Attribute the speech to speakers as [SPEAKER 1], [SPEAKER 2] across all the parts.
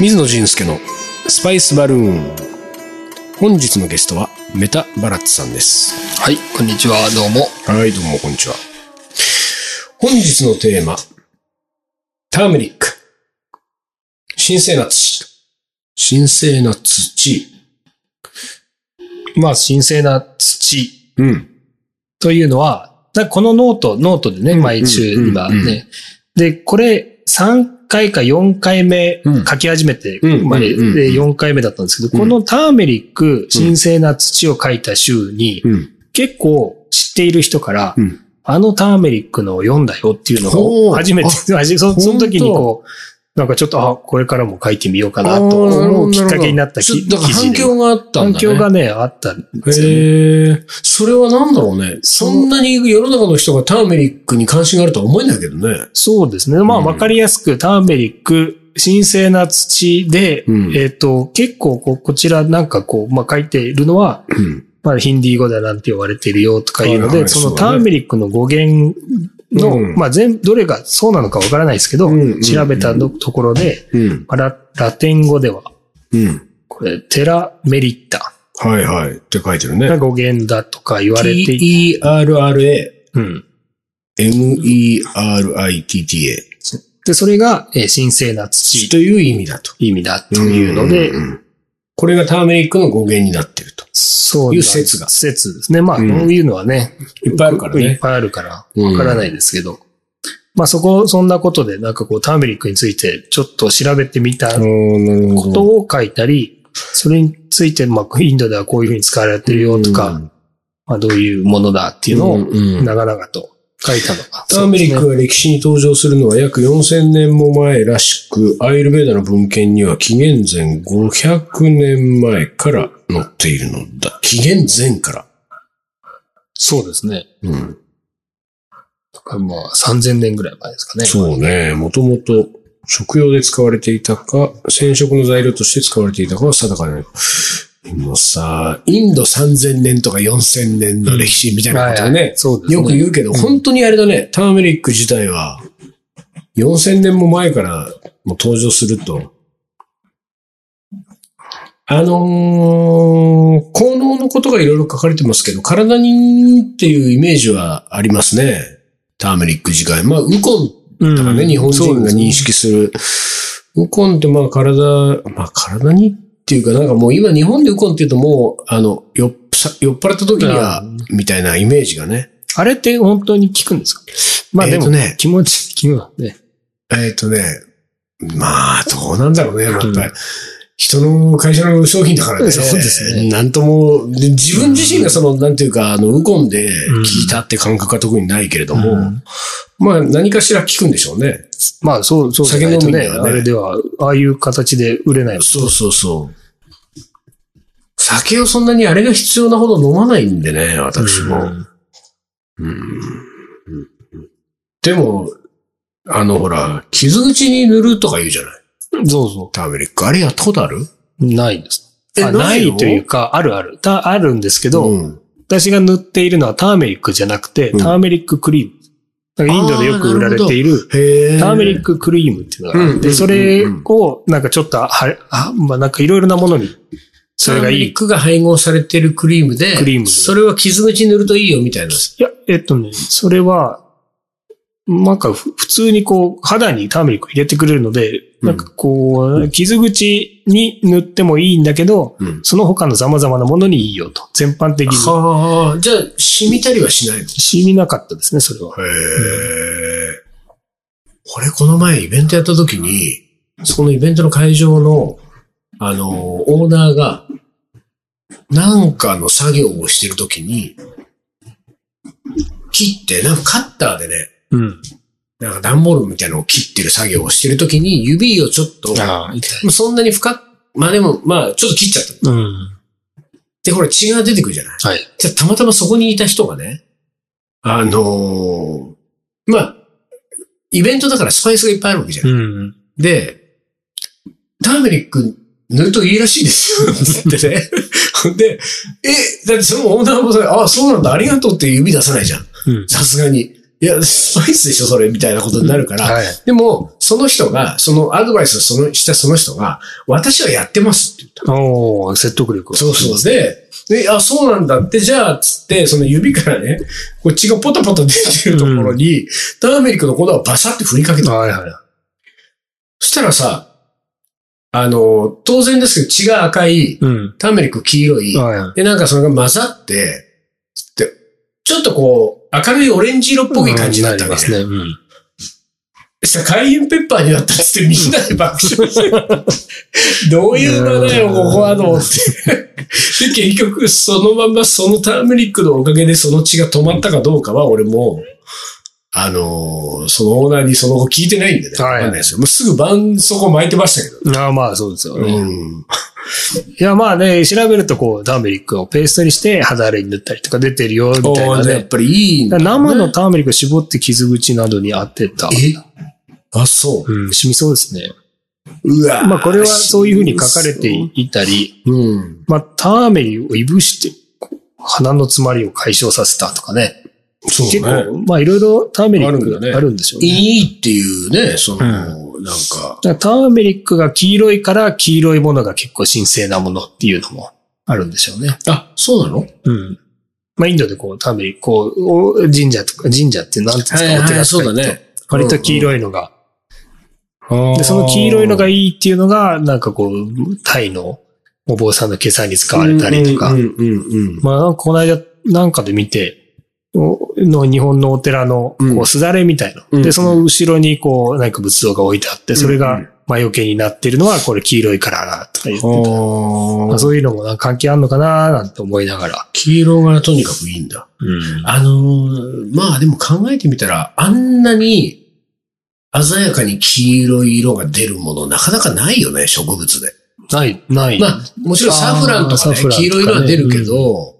[SPEAKER 1] 水野仁介のスパイスバルーン。本日のゲストはメタバラッツさんです。
[SPEAKER 2] はい、こんにちは、どうも。
[SPEAKER 1] はい、どうもこんにちは。本日のテーマ、ターメリック。神聖な土。神聖な土。
[SPEAKER 2] まあ、神聖な土
[SPEAKER 1] うん。
[SPEAKER 2] というのは、だこのノート、ノートでね、
[SPEAKER 1] うん
[SPEAKER 2] 毎週
[SPEAKER 1] うん
[SPEAKER 2] 今
[SPEAKER 1] うん
[SPEAKER 2] ね。で、これ3回か4回目
[SPEAKER 1] うん
[SPEAKER 2] 書き始めて、
[SPEAKER 1] うん
[SPEAKER 2] まあで
[SPEAKER 1] うんうん
[SPEAKER 2] 4回目だったんですけど、
[SPEAKER 1] う
[SPEAKER 2] こ
[SPEAKER 1] ん
[SPEAKER 2] のターメリック、神聖な土を書いた週に、
[SPEAKER 1] うん。
[SPEAKER 2] 結構知っている人から
[SPEAKER 1] う、ん。
[SPEAKER 2] あのターメリックのを読んだよっていうの
[SPEAKER 1] ほう
[SPEAKER 2] を初めて、味そその時に
[SPEAKER 1] ほ
[SPEAKER 2] こう、なんかちょっと、あ、これからも書いてみようかなと思うきっかけになったき
[SPEAKER 1] だから
[SPEAKER 2] 記事
[SPEAKER 1] 反
[SPEAKER 2] で。
[SPEAKER 1] 響があったんだね。
[SPEAKER 2] 環境がね、あったんですよね
[SPEAKER 1] へえ、それはなんだろうね。そんなに世の中の人がターメリックに関心があるとは思えないけどね。
[SPEAKER 2] そうですね。まあ、
[SPEAKER 1] うん
[SPEAKER 2] わかりやすく、ターメリック、神聖な土で、
[SPEAKER 1] うん
[SPEAKER 2] えっ、と、結構こう、こちらなんかこう、まあ、書いているのは、まあ、ヒンディー語だなんて呼ばれているよとかいうので、
[SPEAKER 1] はいはい
[SPEAKER 2] そ
[SPEAKER 1] そう
[SPEAKER 2] の
[SPEAKER 1] だ
[SPEAKER 2] タ
[SPEAKER 1] ね
[SPEAKER 2] ーメリックの語源の、
[SPEAKER 1] うん
[SPEAKER 2] まあ、全、どれがそうなのかわからないですけど、
[SPEAKER 1] うんうん
[SPEAKER 2] 調べたのところで、
[SPEAKER 1] うん。
[SPEAKER 2] まあラ、ラテン語では、
[SPEAKER 1] うん。
[SPEAKER 2] これ、テラメリッタ
[SPEAKER 1] はいはい。って書いてるね
[SPEAKER 2] が。語源だとか言われてい
[SPEAKER 1] t-e-r-r-a,
[SPEAKER 2] うん。
[SPEAKER 1] m-e-r-i-t-t-a
[SPEAKER 2] で、それが、えー神聖な土
[SPEAKER 1] という意味だと。
[SPEAKER 2] 意味だというので、
[SPEAKER 1] うんうんこれがターメリックの語源になってると。
[SPEAKER 2] そう
[SPEAKER 1] い
[SPEAKER 2] いうう
[SPEAKER 1] 説が
[SPEAKER 2] 説ですね。まあ、こ
[SPEAKER 1] う
[SPEAKER 2] うんいうのはね、
[SPEAKER 1] いっぱいあるから
[SPEAKER 2] いっ
[SPEAKER 1] ね。
[SPEAKER 2] ぱいあるから、わからないですけど。まあ、そこ、そんなことで、なんかこう、ターメリックについて、ちょっと調べてみた
[SPEAKER 1] お
[SPEAKER 2] こ
[SPEAKER 1] ーなる
[SPEAKER 2] と。を書いたり、それについて、まあ、インドではこういうふうに使われてるよとか、まあ、どういうものだっていうの
[SPEAKER 1] うん
[SPEAKER 2] を、
[SPEAKER 1] うん
[SPEAKER 2] 長々と書いたのが。
[SPEAKER 1] ターメリックが歴史に登場するのは約4000年も前らしく、アイルベーダの文献には紀元前500年前から載っているのだ。紀元前から。
[SPEAKER 2] そうですね。
[SPEAKER 1] うん。
[SPEAKER 2] とかまあ、3000年ぐらい前ですかね。
[SPEAKER 1] そうね。もともと食用で使われていたか、染色の材料として使われていたかは定かでない。もうさ、インド3000年とか4000年の歴史みたいなことで
[SPEAKER 2] は
[SPEAKER 1] ね、
[SPEAKER 2] いはいそうですね。
[SPEAKER 1] よく
[SPEAKER 2] う。
[SPEAKER 1] 言うけど、
[SPEAKER 2] ん
[SPEAKER 1] 本当にあれだね、ターメリック自体は、4000年も前からもう登場すると、あのー効能のことがいろいろ書かれてますけど、体にっていうイメージはありますね。ターメリック自体。まあ、ウコン
[SPEAKER 2] うん、
[SPEAKER 1] だからね、日本人が認識する。ウコンってまあ体、まあ体にっていうかなんかもう今日本でウコンって言うともう、あの、酔っさ酔っ払った時には
[SPEAKER 2] う、
[SPEAKER 1] みたいなイメージがね。
[SPEAKER 2] あれって本当に効くんですかまあで
[SPEAKER 1] えー
[SPEAKER 2] も、
[SPEAKER 1] とね
[SPEAKER 2] 気持ち、気分はね。
[SPEAKER 1] えっ、とね、まあ、どうなんだろうね、やっぱり。
[SPEAKER 2] うん
[SPEAKER 1] 人の会社の商品だからね。
[SPEAKER 2] そうですね
[SPEAKER 1] なんとも、で自分自身がその、なんていうか、あの、ウコンで聞いたって感覚は特にないけれども、
[SPEAKER 2] うん
[SPEAKER 1] まあ、何かしら聞くんでしょうね。
[SPEAKER 2] まあそう、そうじゃないと
[SPEAKER 1] 酒
[SPEAKER 2] ね、
[SPEAKER 1] 飲みには
[SPEAKER 2] あ
[SPEAKER 1] ね
[SPEAKER 2] れでは、ああいう形で売れない。
[SPEAKER 1] そうそうそう。酒をそんなにあれが必要なほど飲まないんでね、私も。
[SPEAKER 2] うん
[SPEAKER 1] でも、あの、ほら、傷口に塗るとか言うじゃない。
[SPEAKER 2] そうそ
[SPEAKER 1] ターメリック。あれやったことある
[SPEAKER 2] う。ないです。
[SPEAKER 1] え
[SPEAKER 2] あ
[SPEAKER 1] な
[SPEAKER 2] ない
[SPEAKER 1] の
[SPEAKER 2] いというか、あるある。たあるんですけど、
[SPEAKER 1] うん
[SPEAKER 2] 私が塗っているのはターメリックじゃなくて、
[SPEAKER 1] うん
[SPEAKER 2] ターメリッククリーム。なんかインドでよく売られている、
[SPEAKER 1] へえ。
[SPEAKER 2] ターメリッククリームっていうのが
[SPEAKER 1] うん
[SPEAKER 2] あっ
[SPEAKER 1] うんうんう
[SPEAKER 2] て、
[SPEAKER 1] ん
[SPEAKER 2] それをなんかちょっと、はれ、あまあなんかいろいろなものに、それがい
[SPEAKER 1] ターメリ
[SPEAKER 2] い
[SPEAKER 1] ッ。クが配合されてるクリームで、
[SPEAKER 2] クリーム
[SPEAKER 1] それは傷口に塗るといいよみたいな。
[SPEAKER 2] いや、えっとね、それは、なんかふ普通にこう、肌にターメリックを入れてくれるので、
[SPEAKER 1] うん
[SPEAKER 2] なんかこう、傷口に塗ってもいいんだけど、
[SPEAKER 1] うん。
[SPEAKER 2] その他の様々なものにいいよと。全般的に。
[SPEAKER 1] はあ、じゃあ、染みたりはしないの
[SPEAKER 2] 染みなかったですね、それは。
[SPEAKER 1] へえ。俺、この前イベントやった時に、そのイベントの会場の、あの、オーナーが、なんかの作業をしてる時に、切って、なんかカッターでね、
[SPEAKER 2] うん。
[SPEAKER 1] なんか段ボールみたいなのを切ってる作業をしてる時に、指をちょっと、
[SPEAKER 2] ああ、痛い。
[SPEAKER 1] そんなに深く、まあでも、まあ、ちょっと切っちゃった。
[SPEAKER 2] うん。
[SPEAKER 1] で、これ血が出てくるじゃない
[SPEAKER 2] はい。
[SPEAKER 1] じゃあたまたまそこにいた人がね、あのーまあ、イベントだからスパイスがいっぱいあるわけじゃん。
[SPEAKER 2] うん。
[SPEAKER 1] で、ターメリック塗るといいらしいですよ、つってね。で、え、だってそのオーナーもさ、あ、そうなんだ、ありがとうっていう指出さないじゃん。
[SPEAKER 2] うん。
[SPEAKER 1] さすがに。いや、スパイスでしょ、それ、みたいなことになるから。
[SPEAKER 2] はい。
[SPEAKER 1] でも、その人が、そのアドバイスをそのしたその人が、私はやってますって言った。
[SPEAKER 2] おー説得力。
[SPEAKER 1] そうそう。で、で、あ、そうなんだって、じゃあ、つって、その指からね、こう血がポタポタ出てるところに、ターメリックの粉をバサって振りかけた。
[SPEAKER 2] はいはい。
[SPEAKER 1] そしたらさ、あの、当然ですけど、血が赤い、
[SPEAKER 2] うん。
[SPEAKER 1] ターメリック黄色い、
[SPEAKER 2] はいはい。
[SPEAKER 1] で、なんかそれが混ざって、で、ちょっとこう、明るいオレンジ色っぽい感じになった
[SPEAKER 2] り
[SPEAKER 1] わけ
[SPEAKER 2] ますね。うん。
[SPEAKER 1] さ、カイエンペッパーになったっつってみんなで爆笑して。どういう場だよ、ここはと思って。で、結局、そのまま、そのターメリックのおかげでその血が止まったかどうかは、俺も、あのーそのオーナーにその後聞いてないんでね。
[SPEAKER 2] はい
[SPEAKER 1] わかんないですよ。もうすぐ晩そこ巻いてましたけど。
[SPEAKER 2] ああまあ、そうですよね。
[SPEAKER 1] うん。
[SPEAKER 2] いや、まあね、調べるとこう、ターメリックをペーストにして肌荒れに塗ったりとか出てるよ、みたい
[SPEAKER 1] お
[SPEAKER 2] な
[SPEAKER 1] ーじゃあや
[SPEAKER 2] ね
[SPEAKER 1] っ。ぱりいいんだ
[SPEAKER 2] だ
[SPEAKER 1] ね
[SPEAKER 2] から生のターメリックを絞って傷口などに当てた。
[SPEAKER 1] えあ、そ
[SPEAKER 2] うん、染みそうですね。
[SPEAKER 1] う。うわ
[SPEAKER 2] まあ、これはそういうふうに書かれていたり、
[SPEAKER 1] うん。
[SPEAKER 2] まあ、ターメリックをいぶして、こう鼻の詰まりを解消させたとかね。
[SPEAKER 1] そう
[SPEAKER 2] 結
[SPEAKER 1] ね。
[SPEAKER 2] 構、まあ、いろいろターメリッ
[SPEAKER 1] あるんだね
[SPEAKER 2] クあるんでしょうね。
[SPEAKER 1] いいっていうね、その、なんか、
[SPEAKER 2] だからターメリックが黄色いから黄色いものが結構神聖なものっていうのもあるんでしょうね。
[SPEAKER 1] あ、そうなの
[SPEAKER 2] うん。まあ、インドでこう、ターメリック、こう、お神社とか、神社ってなんていうんですか、お寺とか行くと
[SPEAKER 1] ね。
[SPEAKER 2] 割と黄色いのが、
[SPEAKER 1] で
[SPEAKER 2] で、その黄色いのが
[SPEAKER 1] い
[SPEAKER 2] いいっていうのが、なんかこう、タイのお坊さんの袈裟に使われたりとか、
[SPEAKER 1] うんうんうん。
[SPEAKER 2] まあ、なんかこの間なんかで見て、おの日本のお寺の
[SPEAKER 1] うん
[SPEAKER 2] こうすだれみたいな、
[SPEAKER 1] うん
[SPEAKER 2] で、その後ろにこう、なんか仏像が置いてあって、それ
[SPEAKER 1] うんう
[SPEAKER 2] が魔除けになってるのは、これ黄色いからな、とか言ってた。まあそういうのもなんか関係あんのかな、なんて思いながら。
[SPEAKER 1] 黄色がとにかくいいんだ。あのーまあでも考えてみたら、あんなに鮮やかに黄色い色が出るものなかなかないよね、植物で。
[SPEAKER 2] ない、ない。
[SPEAKER 1] まあ、もちろんサフランとか
[SPEAKER 2] あーサ
[SPEAKER 1] ね、
[SPEAKER 2] フランと
[SPEAKER 1] 黄
[SPEAKER 2] かね
[SPEAKER 1] 色い色は出るけど、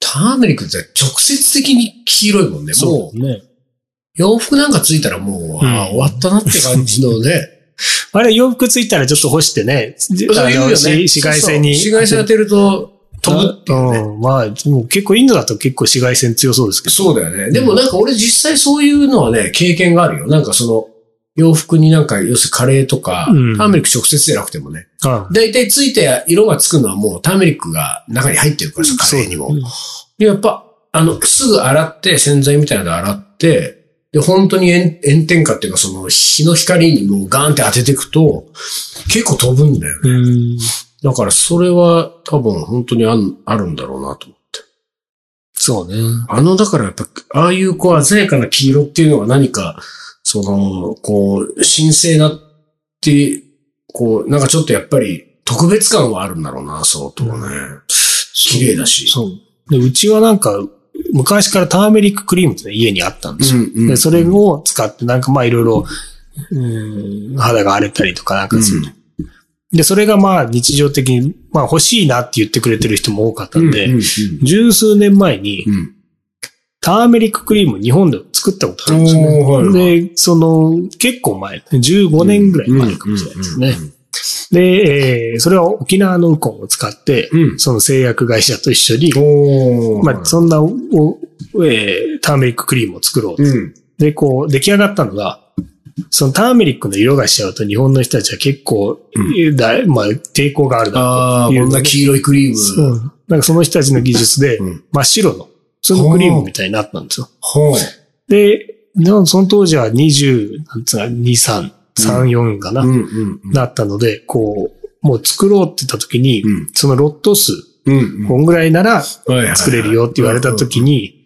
[SPEAKER 1] ターメリックって直接的に黄色いもんね。もう、
[SPEAKER 2] うね。
[SPEAKER 1] 洋服なんかついたらもう、あー終わったなって感じのね。
[SPEAKER 2] あれ洋服ついたらちょっと干してね、あ
[SPEAKER 1] そう
[SPEAKER 2] の
[SPEAKER 1] いうよね
[SPEAKER 2] し紫外線に。
[SPEAKER 1] そうそう紫外線当てると飛ぶっていうね。
[SPEAKER 2] うん、まあ、でも結構インドだと結構紫外線強そうですけど。
[SPEAKER 1] そうだよね。でもなんか俺実際そういうのはね、経験があるよ。なんかその、洋服になんか、要するにカレーとか、
[SPEAKER 2] うん
[SPEAKER 1] ターメリック直接じゃなくてもね。
[SPEAKER 2] あ
[SPEAKER 1] だいたいついて色がつくのはもうターメリックが中に入ってるからさ、カレーにも。でやっぱ、あの、すぐ洗って、洗剤みたいなので洗って、で、本当に炎炎天下っていうか、その、日の光にもうガーンって当てていくと、結構飛ぶんだよね。
[SPEAKER 2] うん。
[SPEAKER 1] だから、それは多分本当にあんあるんだろうなと思って。
[SPEAKER 2] そうね。
[SPEAKER 1] あの、だからやっぱ、ああいうこう鮮やかな黄色っていうのは何か、その、こう、神聖なって、こう、なんかちょっとやっぱり特別感はあるんだろうな、相当ね。綺麗だし。
[SPEAKER 2] そう。で、うちはなんか、昔からターメリッククリームって家にあったんですよ。
[SPEAKER 1] ん
[SPEAKER 2] で、それを使って、なんかまあいろいろ、うん、肌が荒れたりとかなんかする。で、それがまあ日常的に、まあ欲しいなって言ってくれてる人も多かったんで、
[SPEAKER 1] うんうん
[SPEAKER 2] 十数年前に
[SPEAKER 1] う、ん
[SPEAKER 2] ターメリッククリームを日本で作ったことあるんですよね。
[SPEAKER 1] おーはいは
[SPEAKER 2] で、その、結構前、15年ぐらい前かもしれないですね。で、えーそれは沖縄のウコンを使って、
[SPEAKER 1] うん
[SPEAKER 2] その製薬会社と一緒に、
[SPEAKER 1] おー
[SPEAKER 2] まあ、そんなお、おえーターメリッククリームを作ろうと。
[SPEAKER 1] うん。
[SPEAKER 2] で、こう、出来上がったのが、そのターメリックの色がしちゃうと日本の人たちは結構、
[SPEAKER 1] うん
[SPEAKER 2] えーだまあ、抵抗があるだ
[SPEAKER 1] ああ、
[SPEAKER 2] ろうとい
[SPEAKER 1] こ
[SPEAKER 2] うんの
[SPEAKER 1] な
[SPEAKER 2] で
[SPEAKER 1] 黄色いクリーム。
[SPEAKER 2] うん。なんかその人たちの技術で、
[SPEAKER 1] うん
[SPEAKER 2] 真っ白の、そのクリームみたいになったんですよ。
[SPEAKER 1] ほう。
[SPEAKER 2] で、なその当時は20、なんつうか、2、3、3、4かな、
[SPEAKER 1] うんうんうん。
[SPEAKER 2] だったので、こう、もう作ろうって言った時に、
[SPEAKER 1] うん
[SPEAKER 2] そのロット数、
[SPEAKER 1] うん
[SPEAKER 2] こんぐらいなら
[SPEAKER 1] うん。
[SPEAKER 2] 作れるよって言われた時に、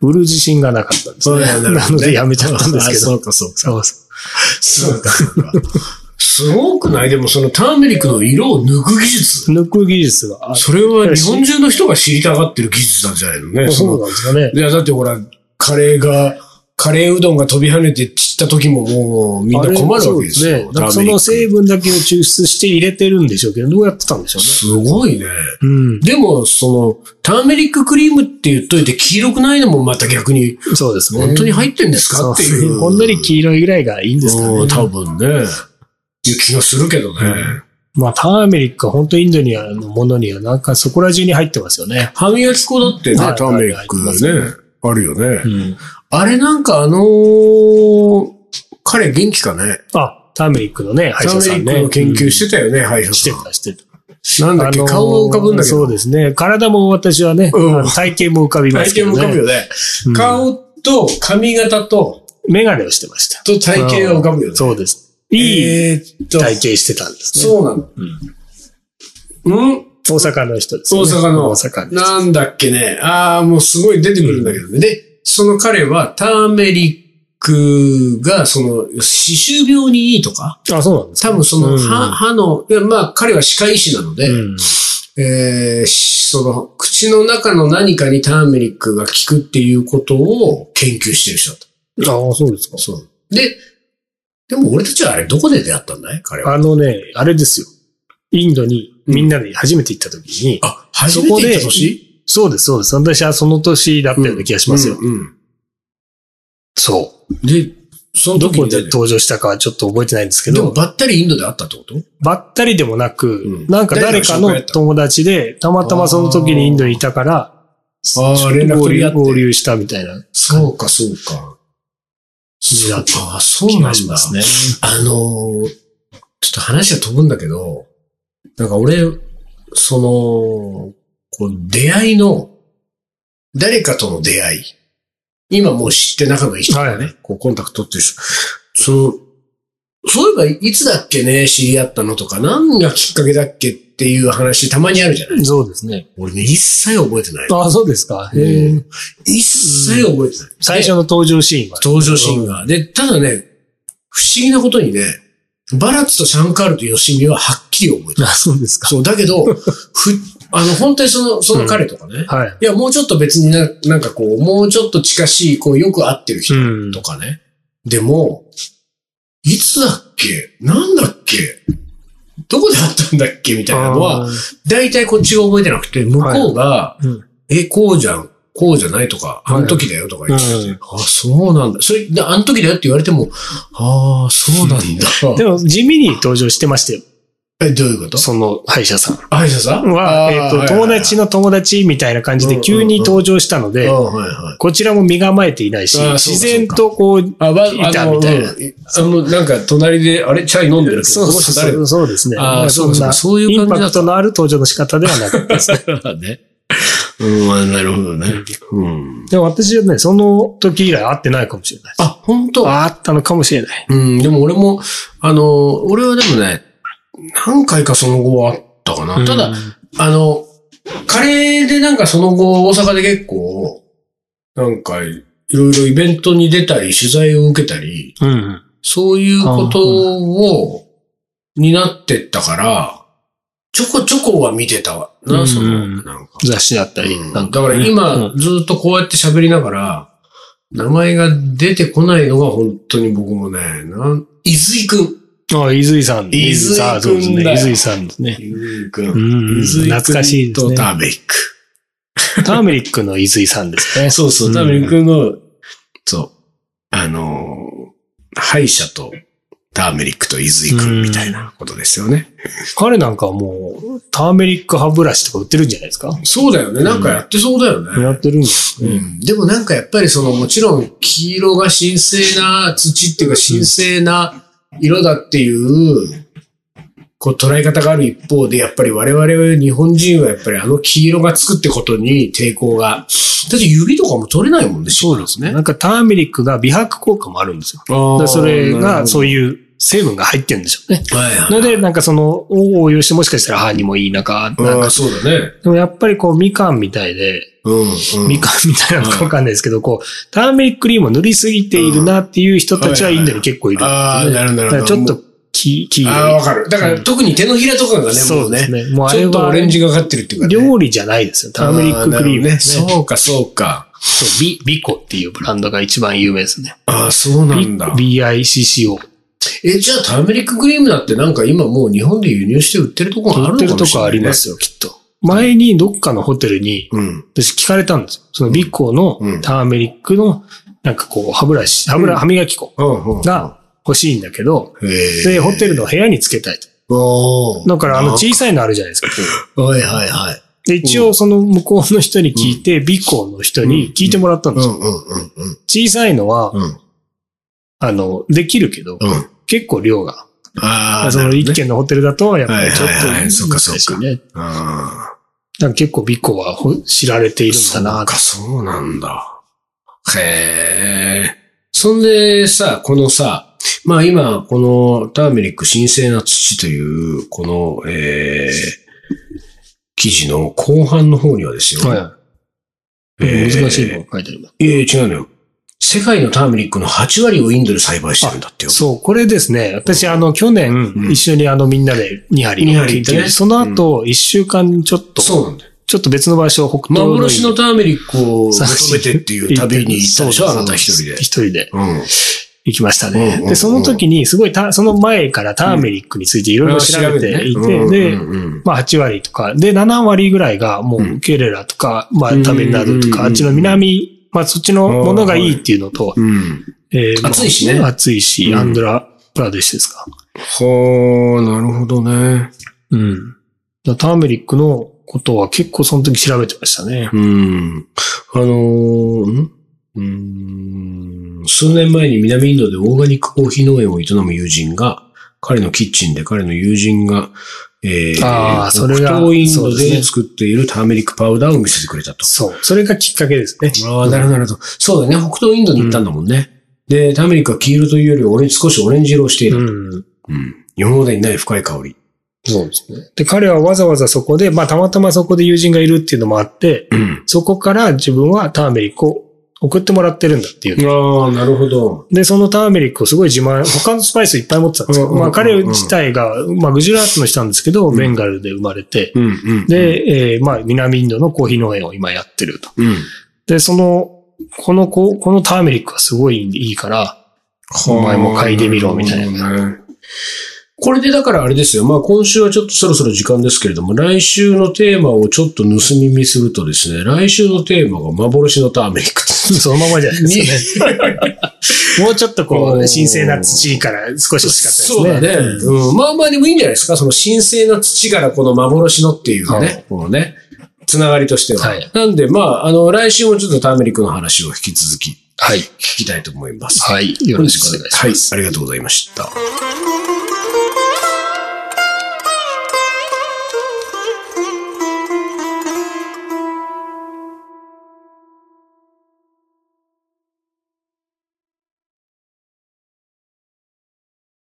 [SPEAKER 2] 売る自信がなかったんです
[SPEAKER 1] そう
[SPEAKER 2] ね。
[SPEAKER 1] だよね
[SPEAKER 2] なのでやめちゃったんですけ
[SPEAKER 1] あ
[SPEAKER 2] ど。
[SPEAKER 1] そうか、そうか。
[SPEAKER 2] そうそう
[SPEAKER 1] そうか、そうか。すごくないでもそのターメリックの色を抜く技術。
[SPEAKER 2] 抜く技術がある。
[SPEAKER 1] それは日本中の人が知りたがってる技術なんじゃないのね。そ
[SPEAKER 2] そ
[SPEAKER 1] の
[SPEAKER 2] うなんですかね。
[SPEAKER 1] いや、だってほら、カレーが、カレーうどんが飛び跳ねて散った時ももうみんな困るわけです
[SPEAKER 2] あ
[SPEAKER 1] よ。
[SPEAKER 2] れそうね。なんか
[SPEAKER 1] タ
[SPEAKER 2] そ
[SPEAKER 1] ーメリッ
[SPEAKER 2] の
[SPEAKER 1] ク
[SPEAKER 2] 成分だけを抽出して入れてるんでしょうけど、どうやってたんでしょ
[SPEAKER 1] すごいね。
[SPEAKER 2] うね。
[SPEAKER 1] でも、その、ターメリッククリームって言っといて黄色くないのもまた逆に、
[SPEAKER 2] うん。そうですね。
[SPEAKER 1] 本当に入ってんです
[SPEAKER 2] そ
[SPEAKER 1] か
[SPEAKER 2] う
[SPEAKER 1] っていう。
[SPEAKER 2] ほんのり黄色いぐらいがいいんですか
[SPEAKER 1] う
[SPEAKER 2] ね
[SPEAKER 1] ん。多分ね。いう気がするけどね。
[SPEAKER 2] まあ、ターメリックは本当インドにあるものには、なんかそこら中に入ってますよね。
[SPEAKER 1] 歯磨き粉だってね、
[SPEAKER 2] はい
[SPEAKER 1] ターメリック
[SPEAKER 2] はいはい入ってます
[SPEAKER 1] ね、あるよね。
[SPEAKER 2] ん。
[SPEAKER 1] あれなんかあのー彼元気かね
[SPEAKER 2] あ、ターメリックのね、歯医
[SPEAKER 1] ター
[SPEAKER 2] 者
[SPEAKER 1] メ
[SPEAKER 2] さ
[SPEAKER 1] リ
[SPEAKER 2] ん
[SPEAKER 1] ック
[SPEAKER 2] ね。
[SPEAKER 1] の研究してたよね、歯医者
[SPEAKER 2] して
[SPEAKER 1] さん。
[SPEAKER 2] た、してた。
[SPEAKER 1] なんだっけ、
[SPEAKER 2] あのー
[SPEAKER 1] 顔は浮かぶんだけ
[SPEAKER 2] そ
[SPEAKER 1] ど
[SPEAKER 2] う。ですね。体も私はね、
[SPEAKER 1] うん
[SPEAKER 2] あの体型も浮かびま
[SPEAKER 1] 体
[SPEAKER 2] すけ
[SPEAKER 1] 型も
[SPEAKER 2] どね。
[SPEAKER 1] 浮かぶよね。
[SPEAKER 2] うん
[SPEAKER 1] 顔と髪型と、
[SPEAKER 2] メガネをしてました。
[SPEAKER 1] と体型は浮かぶよね。
[SPEAKER 2] そうです。いい
[SPEAKER 1] えーっと、
[SPEAKER 2] 体型してたんですね。
[SPEAKER 1] そうなの。うん
[SPEAKER 2] 大阪の人です、ね。
[SPEAKER 1] 大阪の
[SPEAKER 2] 大阪の人。
[SPEAKER 1] なんだっけね。ああ、もうすごい出てくるんだけどね。で、その彼はターメリックが、その、歯周病にいいとか、
[SPEAKER 2] あ、そうなんですか
[SPEAKER 1] 多分その
[SPEAKER 2] うん
[SPEAKER 1] 歯、歯の、いやまあ彼は歯科医師なので、
[SPEAKER 2] うん。
[SPEAKER 1] えーしその、口の中の何かにターメリックが効くっていうことを研究してる人だった。
[SPEAKER 2] ああ、そうですか。
[SPEAKER 1] そう。で、でも俺たちはあれどこで出会ったんだい彼は。
[SPEAKER 2] あのね、あれですよ。インドにみんなで初めて行った時に、
[SPEAKER 1] あ、初めて行った年
[SPEAKER 2] そうです、そうです。私はその年だったような気がしますよ。
[SPEAKER 1] うんうん
[SPEAKER 2] そ。
[SPEAKER 1] で、そうの
[SPEAKER 2] ど
[SPEAKER 1] 時
[SPEAKER 2] こ
[SPEAKER 1] に
[SPEAKER 2] で
[SPEAKER 1] 出て
[SPEAKER 2] 登場したかはちょっと覚えてないんですけ
[SPEAKER 1] で
[SPEAKER 2] ど
[SPEAKER 1] も、ばったりインドで会ったってこと
[SPEAKER 2] ばったりでもなく、
[SPEAKER 1] うん
[SPEAKER 2] なんか誰かの友達で、たまたまその時にインドにいたから、
[SPEAKER 1] あー連絡
[SPEAKER 2] 合
[SPEAKER 1] 取り合
[SPEAKER 2] 流
[SPEAKER 1] って
[SPEAKER 2] 合流したみたいな
[SPEAKER 1] そうか、そうか。
[SPEAKER 2] 気だった
[SPEAKER 1] あ、そう
[SPEAKER 2] 気
[SPEAKER 1] な
[SPEAKER 2] が
[SPEAKER 1] ん
[SPEAKER 2] し
[SPEAKER 1] だ
[SPEAKER 2] ま。すね。
[SPEAKER 1] あのー、ちょっと話は飛ぶんだけど、なんか俺、その、こう出会いの、誰かとの出会い。今もう知って仲がいい人だね、
[SPEAKER 2] はい
[SPEAKER 1] こうコンタクト取ってる人。その、そういえばいつだっけね、知り合ったのとか、何がきっかけだっけっていう話たまにあるじゃない
[SPEAKER 2] そうですね。
[SPEAKER 1] 俺ね、一切覚えてない。
[SPEAKER 2] ああ、そうですか。へ
[SPEAKER 1] う
[SPEAKER 2] ー
[SPEAKER 1] ん一切覚えてない。
[SPEAKER 2] 最初の登場シーンは。
[SPEAKER 1] 登場シーンが。で、ただね、不思議なことにね、バラッツとシャンカールとヨシミははっきり覚えてる。
[SPEAKER 2] あそうですか。
[SPEAKER 1] そう、だけ ど、ふ、あの、本当にその、その彼とかね、
[SPEAKER 2] はい。
[SPEAKER 1] いや、もうちょっと別にな、なんかこう、もうちょっと近しい、こう、よく会ってる
[SPEAKER 2] う
[SPEAKER 1] 人
[SPEAKER 2] ん。
[SPEAKER 1] とかね。でも、いつだっけなんだっけどこで会ったんだっけみたいなのは、
[SPEAKER 2] あー、
[SPEAKER 1] 大体こっちが覚えてなくて、向こうが、
[SPEAKER 2] うん
[SPEAKER 1] え、こうじゃん、こうじゃないとか、
[SPEAKER 2] はい
[SPEAKER 1] あの時だよとか言ってて、
[SPEAKER 2] うん
[SPEAKER 1] あ、そうなんだ。それ、であの時だよって言われても、ああ、そうなんだ。
[SPEAKER 2] でも、地味に登場してましたよ。
[SPEAKER 1] え、どういうこと
[SPEAKER 2] その歯医者さん
[SPEAKER 1] 歯医者さん
[SPEAKER 2] は、えっと、友達
[SPEAKER 1] の。
[SPEAKER 2] の友達みたいな感じで急に登場したの
[SPEAKER 1] うんは
[SPEAKER 2] で、
[SPEAKER 1] いはい。
[SPEAKER 2] こちらも身構えていないし、
[SPEAKER 1] あーそう
[SPEAKER 2] 自
[SPEAKER 1] か
[SPEAKER 2] 然とこう、
[SPEAKER 1] あ、ば、あの
[SPEAKER 2] いたみたいな
[SPEAKER 1] うんあの、なんか、隣で、あれ、チャイ飲んでるけど、
[SPEAKER 2] そうそうそ
[SPEAKER 1] この
[SPEAKER 2] うそうですね。
[SPEAKER 1] あー
[SPEAKER 2] ま
[SPEAKER 1] そうか
[SPEAKER 2] んな
[SPEAKER 1] そういう感じだ
[SPEAKER 2] インパクトのある登場の仕方ではなくて。
[SPEAKER 1] 人誰だね。うん、なるほどね。うん。
[SPEAKER 2] でも私はね、その時以来会ってないかもしれない。
[SPEAKER 1] あ、本当
[SPEAKER 2] あったのかもしれない。
[SPEAKER 1] うん、でも俺も、あの、俺はでもね、何回かその後はあったかな。ただ
[SPEAKER 2] うん、、
[SPEAKER 1] あの、カレーでなんかその後、大阪で結構、なんか、いろいろイベントに出たり、取材を受けたり、
[SPEAKER 2] うん。
[SPEAKER 1] そういうことを、になってったから、ちょこちょこは見てたわ。
[SPEAKER 2] う
[SPEAKER 1] な、
[SPEAKER 2] ん
[SPEAKER 1] その、なんか。
[SPEAKER 2] 雑誌だったり、
[SPEAKER 1] うん
[SPEAKER 2] な
[SPEAKER 1] だ
[SPEAKER 2] んか
[SPEAKER 1] から
[SPEAKER 2] うん
[SPEAKER 1] 今、ずっとこうやって喋りながら、名前が出てこないのが本当に僕もね、なん、伊豆井くん。
[SPEAKER 2] あ、伊豆井さん。
[SPEAKER 1] 伊豆井
[SPEAKER 2] さんそうですね。
[SPEAKER 1] 君だ
[SPEAKER 2] 伊
[SPEAKER 1] よ
[SPEAKER 2] 豆井さんですね。
[SPEAKER 1] 伊豆井くん。
[SPEAKER 2] うん。
[SPEAKER 1] 伊豆井くん
[SPEAKER 2] 懐かしいです
[SPEAKER 1] と
[SPEAKER 2] ね
[SPEAKER 1] タ。ーメリック。
[SPEAKER 2] ターメリックの伊豆井さんですね。
[SPEAKER 1] そうそうう、
[SPEAKER 2] ん
[SPEAKER 1] タミリ君の、そう、あのー、歯医者とターメリックとイズイ君みたいなことですよね。
[SPEAKER 2] 彼なんかはもう、ターメリック歯ブラシとか売ってるんじゃないですか
[SPEAKER 1] そうだよね。なんかやってそうだよ
[SPEAKER 2] や
[SPEAKER 1] ね。
[SPEAKER 2] ってるんです
[SPEAKER 1] う
[SPEAKER 2] ね。
[SPEAKER 1] ん、でもなんかやっぱりそのもちろん黄色が神聖な土っていうか神聖な色だっていうこう捉え方がある一方でやっぱり我々日本人はやっぱりあの黄色がつくってことに抵抗が。だって指とかも取れないもんね。そうですね。
[SPEAKER 2] なんかターメリックが美白効果もあるんですよ。だからそれが、そうういう成分が入ってるんでしょうね。
[SPEAKER 1] いう。はいはい、
[SPEAKER 2] ので、なんかその、応用してもしかしたら歯にもいいのか、なん
[SPEAKER 1] あ
[SPEAKER 2] か
[SPEAKER 1] あ、。そうだね。
[SPEAKER 2] でもやっぱりこう、みかんみたいで、
[SPEAKER 1] うん、
[SPEAKER 2] みかんみたいなのかわかんないですけど、こう、ターメリッククリームを塗りすぎているなっていう人たちは
[SPEAKER 1] うん
[SPEAKER 2] インドに結構いるんですよね。
[SPEAKER 1] ああ、なるほど、な
[SPEAKER 2] だ
[SPEAKER 1] る
[SPEAKER 2] か
[SPEAKER 1] ほ
[SPEAKER 2] ら
[SPEAKER 1] ど。
[SPEAKER 2] ちょっと、き、黄
[SPEAKER 1] ああ、
[SPEAKER 2] 色
[SPEAKER 1] わかる。だから、特に手のひらとかがね、
[SPEAKER 2] い。
[SPEAKER 1] もうね、
[SPEAKER 2] ね。もうあ
[SPEAKER 1] ち
[SPEAKER 2] れ
[SPEAKER 1] ょっと
[SPEAKER 2] は
[SPEAKER 1] オレンジがかってるっていうかね。
[SPEAKER 2] 料理じゃないですよ。ターメリッククリーム
[SPEAKER 1] あな
[SPEAKER 2] ね。
[SPEAKER 1] るほどねそうか、そうか。
[SPEAKER 2] そうビ、ビコっていうブランドが一番有名ですね。
[SPEAKER 1] ああ、そうな
[SPEAKER 2] ビ
[SPEAKER 1] んだ。
[SPEAKER 2] BICCO。
[SPEAKER 1] え、じゃあ、ターメリッククリームだってなんか今もう日本で輸入して売ってるとこある
[SPEAKER 2] 売
[SPEAKER 1] の
[SPEAKER 2] って
[SPEAKER 1] か
[SPEAKER 2] ると
[SPEAKER 1] もしれ
[SPEAKER 2] こ
[SPEAKER 1] な
[SPEAKER 2] あ
[SPEAKER 1] い、ね。
[SPEAKER 2] りますよ、きっと。前にどっかのホテルに、
[SPEAKER 1] うん。
[SPEAKER 2] 私聞かれたんですよ。そのビコの
[SPEAKER 1] うん
[SPEAKER 2] ターメリックの、なんかこう、歯ブラシ、歯ブラ、
[SPEAKER 1] うん
[SPEAKER 2] 歯磨き粉
[SPEAKER 1] うん、うん。
[SPEAKER 2] が欲しいんだけど、
[SPEAKER 1] へえ
[SPEAKER 2] で、ホテルの部屋につけたいと。
[SPEAKER 1] おー
[SPEAKER 2] だから、あの、小さいのあるじゃないですか。
[SPEAKER 1] はいはいはい。
[SPEAKER 2] で、一応その向こうの人に聞いて、B 校の人に聞いてもらったん
[SPEAKER 1] う
[SPEAKER 2] ですよ。
[SPEAKER 1] んうんうんうん。
[SPEAKER 2] 小さいのは、
[SPEAKER 1] うん。
[SPEAKER 2] あの、できるけど、
[SPEAKER 1] うん。
[SPEAKER 2] 結構量が。
[SPEAKER 1] ああ、
[SPEAKER 2] そ
[SPEAKER 1] な
[SPEAKER 2] の
[SPEAKER 1] るほど
[SPEAKER 2] 一
[SPEAKER 1] ね。
[SPEAKER 2] 軒のホテルだと、やっぱりちょっ
[SPEAKER 1] はいはいはいそっ
[SPEAKER 2] と難
[SPEAKER 1] かそっか
[SPEAKER 2] しいね。
[SPEAKER 1] あ
[SPEAKER 2] だから結構 B 校はほ知られてい
[SPEAKER 1] ー
[SPEAKER 2] るんだな
[SPEAKER 1] そうか、そうなんだ。へえ。そんでさ、このさ、まあ今、このターメリック神聖な土という、この、えー、記事の後半の方にはですよ。
[SPEAKER 2] はい。
[SPEAKER 1] えー
[SPEAKER 2] 難しいのが書いてあります。
[SPEAKER 1] いやいや違うのよ。世界のターメリックの8割をインドで栽培してるんだってよ。
[SPEAKER 2] そう、これですね。私、あの、去年
[SPEAKER 1] う、ん
[SPEAKER 2] 一緒にあの、みんなで2針
[SPEAKER 1] 二
[SPEAKER 2] を
[SPEAKER 1] 針行ってね
[SPEAKER 2] 聞いてその後、1週間ちょっと、
[SPEAKER 1] そうなんだよ。
[SPEAKER 2] ちょっと別の場所、北東の
[SPEAKER 1] 幻のターメリックを求めてっていう旅に行ったでしょあ
[SPEAKER 2] そう
[SPEAKER 1] なた一人で
[SPEAKER 2] 一。人で
[SPEAKER 1] うん。
[SPEAKER 2] 行きました
[SPEAKER 1] うんうんう
[SPEAKER 2] ね。
[SPEAKER 1] ん
[SPEAKER 2] で、その時に、すごいた、その前からターメリックについていろいろ調べていて、で、まあ8割とか、で、7割ぐらいがも
[SPEAKER 1] うん
[SPEAKER 2] うケレラとか、まあ
[SPEAKER 1] うん
[SPEAKER 2] タベナドと
[SPEAKER 1] うん
[SPEAKER 2] か、あっちの南、まあそっちのものがいいっていうのと、
[SPEAKER 1] うん。
[SPEAKER 2] えーまあ
[SPEAKER 1] 暑いしね
[SPEAKER 2] 暑いし、
[SPEAKER 1] うん
[SPEAKER 2] アンドラプラデシュですか。
[SPEAKER 1] はあ、なるほどね。
[SPEAKER 2] うん。だターメリックのことは結構その時調べてましたね。
[SPEAKER 1] うん。あのーんうん数年前に南インドでオーガニックコーヒー農園を営む友人が、彼のキッチンで彼の友人が、えー、
[SPEAKER 2] あーそれが
[SPEAKER 1] 北東インド
[SPEAKER 2] そうです
[SPEAKER 1] で
[SPEAKER 2] ね
[SPEAKER 1] 作っているターメリックパウダーを見せてくれたと。
[SPEAKER 2] そう。それがきっかけですね。
[SPEAKER 1] ああ、なるほど、なるほど。そうだね。北東インドに行ったんだもんね。で、ターメリックは黄色というよりオレンジ、少しオレンジ色をしている。
[SPEAKER 2] うん。
[SPEAKER 1] うん。今までにない深い香り。
[SPEAKER 2] そうですね。で、彼はわざわざそこで、まあたまたまそこで友人がいるっていうのもあって、
[SPEAKER 1] うん。
[SPEAKER 2] そこから自分はターメリックを送ってもらってるんだっていう。
[SPEAKER 1] ああ、なるほど。
[SPEAKER 2] で、そのターメリックをすごい自慢、他のスパイスいっぱい持ってたんですけ
[SPEAKER 1] うん
[SPEAKER 2] ど、
[SPEAKER 1] うんうん
[SPEAKER 2] まあ彼自体が、まあグジュラートの人なんですけど、
[SPEAKER 1] うん
[SPEAKER 2] ベンガルで生まれて、
[SPEAKER 1] うん、うん。、
[SPEAKER 2] で、えーまあ南インドのコーヒー農園を今やってると。
[SPEAKER 1] うん。
[SPEAKER 2] で、その、この、ここのターメリックはすごいいいから、 お前も嗅いでみろみたいな
[SPEAKER 1] るほどね。これでだからあれですよ。まあ今週はちょっとそろそろ時間ですけれども、来週のテーマをちょっと盗み見するとですね、来週のテーマが幻のターメリックです。
[SPEAKER 2] そのままじゃないですかね。もうちょっとこ
[SPEAKER 1] お
[SPEAKER 2] う、
[SPEAKER 1] ー
[SPEAKER 2] 神聖な土から少ししかったですね。
[SPEAKER 1] そうだね。うん。まあまあでもいいんじゃないですか。その神聖な土からこの幻のっていう
[SPEAKER 2] は
[SPEAKER 1] ね、このね、つながりとしては。
[SPEAKER 2] はい
[SPEAKER 1] なんでまあ、あの、来週もちょっとターメリックの話を引き続き
[SPEAKER 2] はい。
[SPEAKER 1] 聞きたいと思います。
[SPEAKER 2] はい。よろしくお願いします。
[SPEAKER 1] はい、ありがとうございました。